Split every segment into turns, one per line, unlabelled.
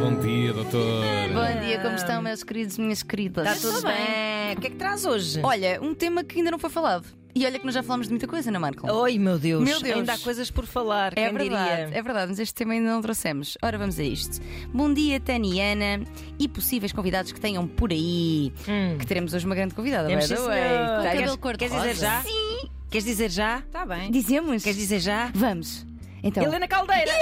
Bom dia, doutor.
Bom dia, como estão, meus queridos, minhas queridas?
Está Tá tudo bem? O que é que traz hoje?
Olha, um tema que ainda não foi falado. E olha que nós já falámos de muita coisa, não é, Marco?
Oi, meu Deus.
Meu Deus.
Ainda há coisas por falar.
É
quem
verdade,
diria?
é verdade, mas este tema ainda não trouxemos. Ora, vamos a isto. Bom dia, Taniana e possíveis convidados que tenham por aí. Que teremos hoje uma grande convidada,
Hum. Temos,
by the
sim,
way.
senhor. Com
Tá,
cabelo
queres-
Queres dizer já? Sim. Queres dizer já? Está bem.
Dizemos?
Queres dizer já?
Vamos. Tá Então,
Helena Caldeira.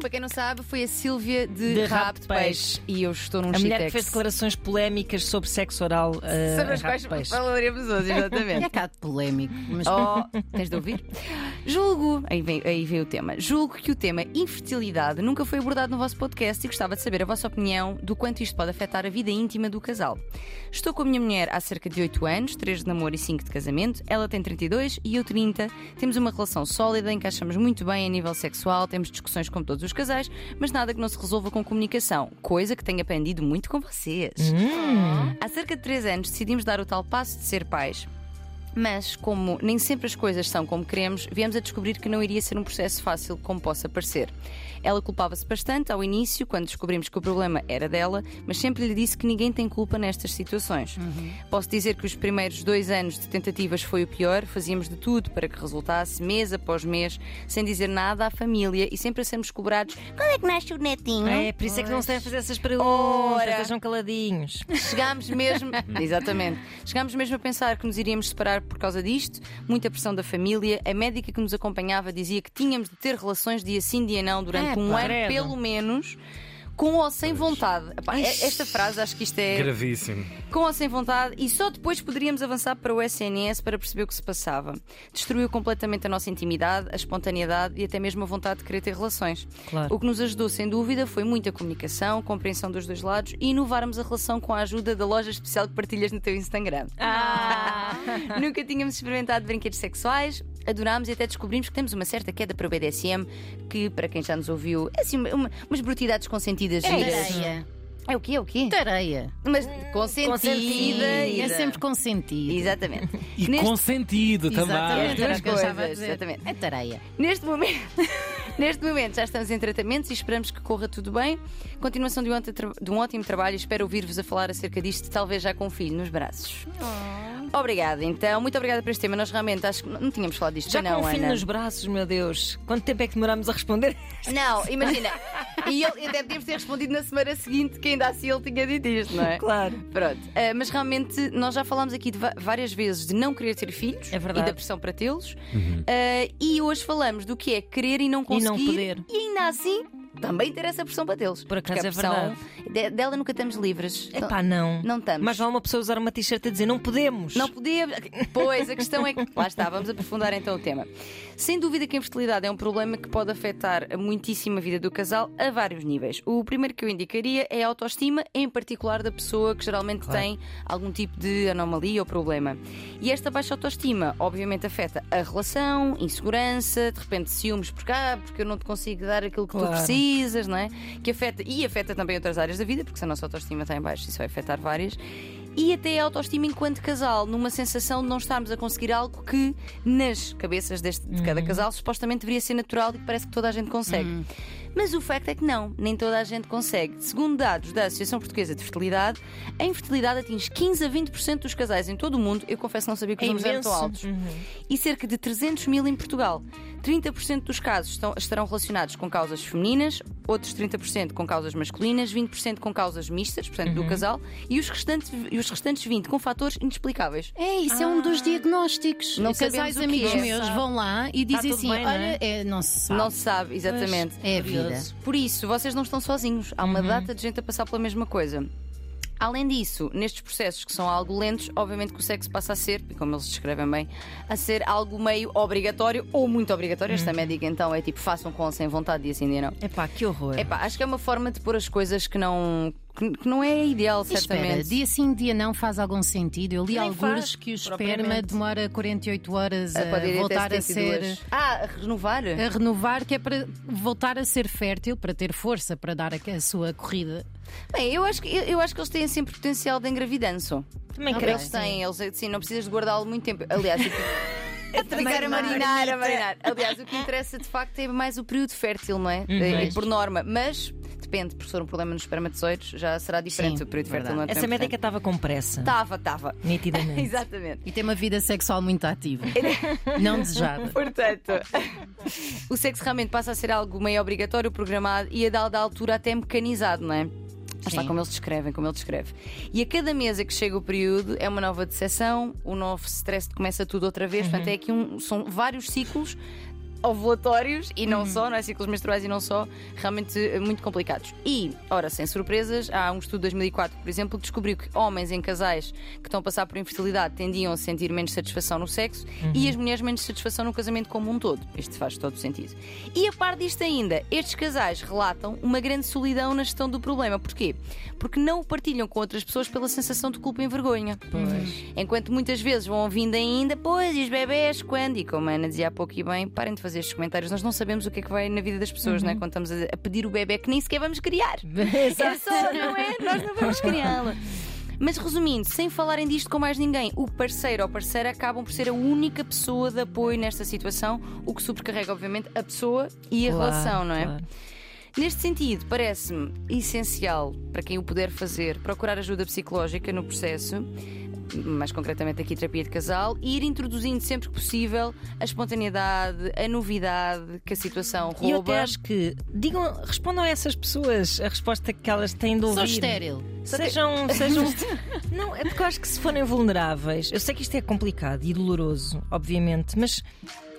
para quem não sabe, foi a Silvia de,
De
Rabo
Rabo
de
de
Peixe. E eu estou num
A mulher que
shitex.
fez declarações polémicas sobre sexo oral. eh,
Sobre as
a Rato
quais
de Peixe.
falaremos hoje, exatamente.
É cá de polémico, mas
Oh, tens de ouvir? Julgo, aí vem, aí vem o tema. Julgo que o tema infertilidade nunca foi abordado no vosso podcast e gostava de saber a vossa opinião do quanto isto pode afetar a vida íntima do casal. Estou com a minha mulher há cerca de 8 anos, 3 de namoro e 5 de casamento. Ela tem 32 e eu 30. Temos uma relação sólida, encaixamos muito bem a nível sexual, temos discussões como todos os casais, mas nada que não se resolva com comunicação, coisa que tenho aprendido muito com vocês. Há cerca de 3 anos decidimos dar o tal passo de ser pais. Mas, como nem sempre as coisas são como queremos, viemos a descobrir que não iria ser um processo fácil como possa parecer. Ela culpava-se bastante ao início, quando descobrimos que o problema era dela, mas sempre lhe disse que ninguém tem culpa nestas situações. Posso dizer que os primeiros dois anos de tentativas foi o pior, fazíamos de tudo para que resultasse, mês após mês, sem dizer nada à família e sempre a sermos cobrados: quando é que nasce o netinho?
É, por isso é que não se deve fazer essas perguntas.
Ora.
Estejam caladinhos.
Chegámos mesmo, exatamente, chegámos mesmo a pensar que nos iríamos separar por causa disto, muita pressão da família. A médica que nos acompanhava dizia que tínhamos de ter relações dia sim, dia não, durante
Epá.
um ano,
Credo.
pelo menos. Com ou sem vontade. Epá, e- esta frase acho que isto é
Gravíssimo.
com ou sem vontade, e só depois poderíamos avançar para o SNS para perceber o que se passava. Destruiu completamente a nossa intimidade, a espontaneidade e até mesmo a vontade de querer ter relações.
Claro.
O que nos ajudou, sem dúvida, foi muita comunicação, compreensão dos dois lados e inovarmos a relação com a ajuda da loja especial que partilhas no teu Instagram.
Ah.
Ah. Nunca tínhamos experimentado brinquedos sexuais, adorámos e até descobrimos que temos uma certa queda para o BDSM, que, para quem já nos ouviu, é assim, uma- umas brutidades consentidas. giras.
tareia.
É o quê? É o quê?
Tareia.
Mas consentida.
consentida.
É sempre consentido.
Exatamente.
E
Neste-
consentido também.
Exatamente,
As
era
duas
o que eu estava a
coisas,
dizer.
exatamente.
É tareia.
Neste momento, neste momento já estamos em tratamentos e esperamos que corra tudo bem. Continuação de um, ótimo tra- de um ótimo trabalho e espero ouvir-vos a falar acerca disto, talvez já com um filho nos braços. Obrigada, então. Muito obrigada por este tema. Nós realmente acho que não não tínhamos falado disto,
Já
não,
com um filho
Ana.
nos braços, meu Deus. Quanto tempo é que demorámos a responder?
Não, imagina. e ele até podíamos ter respondido na semana seguinte, que ainda assim ele tinha dito isto, não é?
Claro.
Pronto, eh, mas realmente nós já falámos aqui de va- várias vezes de não querer ter filhos
É verdade.
e da pressão para tê-los. Eh, e hoje falamos do que é querer e não
E
conseguir.
não poder.
E ainda assim também ter essa pressão para tê-los.
Por acaso
Porque a
é
pressão de- dela nunca estamos livres.
Epá, não.
Não estamos.
Mas vale uma pessoa usar uma t-shirt a dizer não podemos.
Não podemos. Pois, a questão é que. Lá está, vamos aprofundar então o tema. Sem dúvida que a infertilidade é um problema que pode afetar a muitíssima vida do casal a vários níveis. O primeiro que eu indicaria é a autoestima, em particular da pessoa que geralmente tem algum tipo de anomalia ou problema. E esta baixa autoestima, obviamente, afeta a relação, insegurança, de repente ciúmes por cá, porque eu não te consigo dar aquilo que tu
Claro.
precisas precisas, não é? Que afeta, e afeta também outras áreas da vida, porque se a nossa autoestima está em baixo, isso vai afetar várias. E até a autoestima enquanto casal, numa sensação de não estarmos a conseguir algo que nas cabeças deste- de
Uhum.
cada casal supostamente deveria ser natural e que parece que toda a gente consegue. Mas o facto é que não, nem toda a gente consegue. Segundo dados da Associação Portuguesa de Fertilidade, a infertilidade atinge 15 a 20% dos casais em todo o mundo. Eu confesso que não sabia que os
É
números eram tão
imenso.
altos Uhum. e cerca de 300 mil em Portugal. 30% dos casos estão- estarão relacionados com causas femininas, outros 30% com causas masculinas, 20% com causas mistas, portanto do casal, e os, restantes, e os restantes 20% com fatores inexplicáveis. Ah.
É, isso é um dos diagnósticos.
Não
Casais
sabemos o que
amigos
é.
meus vão lá e dizem
tudo
assim:
bem, não é?
olha, é, não se sabe.
Não se sabe exatamente.
É a vida.
Por isso, vocês não estão sozinhos. Há
Uhum.
uma data de gente a passar pela mesma coisa. Além disso, nestes processos que são algo lentos, obviamente que o sexo passa a ser, e como eles descrevem bem, a ser algo meio obrigatório ou muito obrigatório.
Uhum.
Esta médica então é tipo façam com ou sem vontade e assim, e não.
Epá, que horror.
Epá, acho que é uma forma de pôr as coisas que não, que, que não é ideal,
E Espera,
certamente.
dia sim, dia não faz algum sentido. Eu li
Nem
alguns
faz,
que o esperma
propriamente.
demora 48 horas
Ah,
a
pode ir até
eh, voltar a ser.
72. Ah, a renovar?
A renovar, que é para voltar a ser fértil, para ter força, para dar a, a sua corrida.
Bem, eu acho, que, eu, eu acho que eles têm sempre potencial de engravidanço.
Também
Eles
creio.
têm, eles assim, não precisas de guardá-lo muito tempo. Aliás, tipo, Ficar a marinar, a marinar. Aliás, o que interessa de facto é mais o período fértil, não
Uhum.
é? É,
pois.
por norma. Mas depende, porque se for um problema nos espermatozoides, já será diferente
Sim,
o período fértil.
verdade.
Não é
Essa
tão
médica
importante.
Uhum. estava com pressa.
Tava, tava.
Nitidamente.
Exatamente.
E tem uma vida sexual muito ativa. Não desejada.
Portanto, o sexo realmente passa a ser algo meio obrigatório, programado e a dada altura até mecanizado, não é? Lá Está
Sim.
como eles descrevem, como ele descreve. E a cada mesa que chega o período é uma nova decepção, um novo stress que começa tudo outra vez. Portanto, é aqui um, são vários ciclos ovulatórios e não só, não é? Ciclos menstruais e não só, realmente eh, muito complicados. E, ora, sem surpresas, há um estudo de 2004, por exemplo, que descobriu que homens em casais que estão a passar por infertilidade tendiam a sentir menos satisfação no sexo e as mulheres menos satisfação no casamento como um todo. Isto faz todo sentido. E a par disto ainda, estes casais relatam uma grande solidão na gestão do problema. Porquê? Porque não o partilham com outras pessoas pela sensação de culpa e vergonha. Enquanto muitas vezes vão ouvindo ainda, pois, e os bebés, quando? E como a Ana dizia há pouco e bem, parem de fazer estes comentários, nós não sabemos o que é que vai na vida das pessoas, não é? Quando estamos a a pedir o bebê que nem sequer vamos criar. É só, não é? Nós não vamos criá-la. Mas resumindo, sem falarem disto com mais ninguém, o parceiro ou parceira acabam por ser a única pessoa de apoio nesta situação, o que sobrecarrega, obviamente, a pessoa e a
Claro,
relação, não é?
claro.
Neste sentido, parece-me essencial para quem o puder fazer procurar ajuda psicológica no processo, mais concretamente aqui terapia de casal, e ir introduzindo sempre que possível a espontaneidade, a novidade que a situação
E eu
rouba.
até acho que digam, respondam a essas pessoas a resposta que elas têm de
Sou
ouvir.
estéril.
Sejam, sejam. não, é porque eu acho que se forem vulneráveis, eu sei que isto é complicado e doloroso, obviamente, mas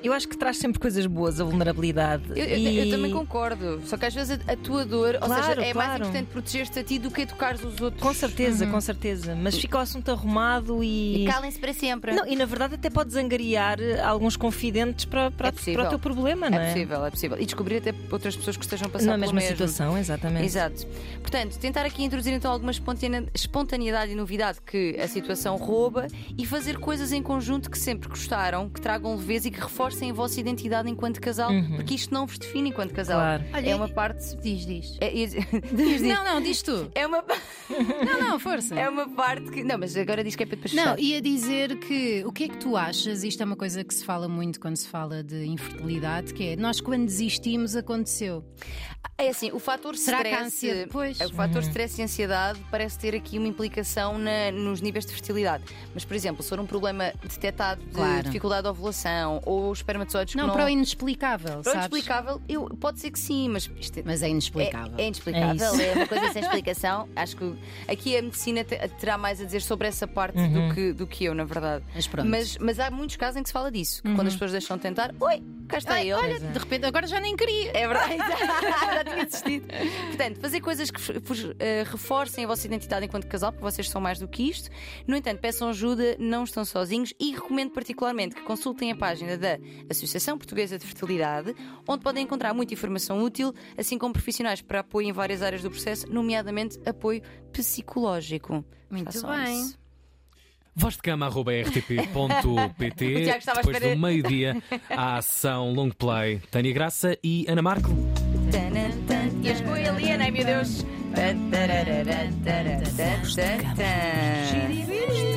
eu acho que traz sempre coisas boas a vulnerabilidade.
Eu, eu-
e...
eu também concordo, só que às vezes a, a tua dor, ou
Claro,
seja, é mais
claro.
importante proteger-te a ti do que educares os outros.
Com certeza, com certeza. Mas fica o assunto arrumado e.
Uhum. E calem-se para sempre.
Não, e na verdade até pode zangariar eh, alguns confidentes para, para,
É possível.
para o teu problema, não
é
é?
possível, é possível. E descobrir até outras pessoas que estejam a passar
Na
pelo
mesma
mesmo.
situação, é exatamente.
Exato. Portanto, tentar aqui introduzir então alguma espontane- espontaneidade e novidade que a situação rouba e fazer coisas em conjunto que sempre gostaram, que tragam leveza e que reforcem a vossa identidade enquanto casal, porque isto não vos define enquanto casal.
Uhum. Claro.
Olha, é uma parte.
Diz, diz.
é- é-
Não, não, diz tu.
É uma,
Não, não, força.
é uma parte que. Não, mas agora diz que é para depois
Não,
fechar.
ia dizer que o que é que tu achas? Isto é uma coisa que se fala muito quando se fala de infertilidade, que é nós quando desistimos aconteceu.
É assim, o fator
Será que há
stress.
ansiedade? Pois. Hum.
O fator stress e ansiedade parece ter aqui uma implicação na- nos níveis de fertilidade. Mas, por exemplo, se for um problema detectado de
Claro.
dificuldade de ovulação ou espermatozoides que
Não,
não
para o inexplicável,
Pronto,
sabes?
explicável, eu, pode ser que sim, mas isto é-
Mas é inexplicável.
É, é inexplicável,
É
é, uma coisa sem explicação. Acho que aqui a medicina te- terá mais a dizer sobre essa parte
Uhum.
do, que, do que eu, na verdade.
Mas pronto. Uhum.
Mas, mas há muitos casos em que se fala disso, que quando as pessoas deixam de tentar, oi, cá está
Ai,
ele.
olha, de repente agora já nem queria.
É verdade, já tinha desistido. Portanto, fazer coisas que f- vos eh, reforcem a vossa identidade enquanto casal, porque vocês são mais do que isto. No entanto, peçam ajuda, não estão sozinhos e recomendo particularmente que consultem a página da Associação Portuguesa de Fertilidade, onde podem encontrar muita informação útil, assim como profissionais para apoio em várias áreas do processo, nomeadamente apoio psicológico.
Muito
Façam
bem.
isso.
Voz de cama arroba rtp.pt.
O Tiago estava à
Depois
espera.
do meio-dia, a ação Long Play. Tânia Graça e Ana Marco.
Tanan, tan, E as goialiana, ai meu Deus. Tan, tararara, taran, tan, tan, tan.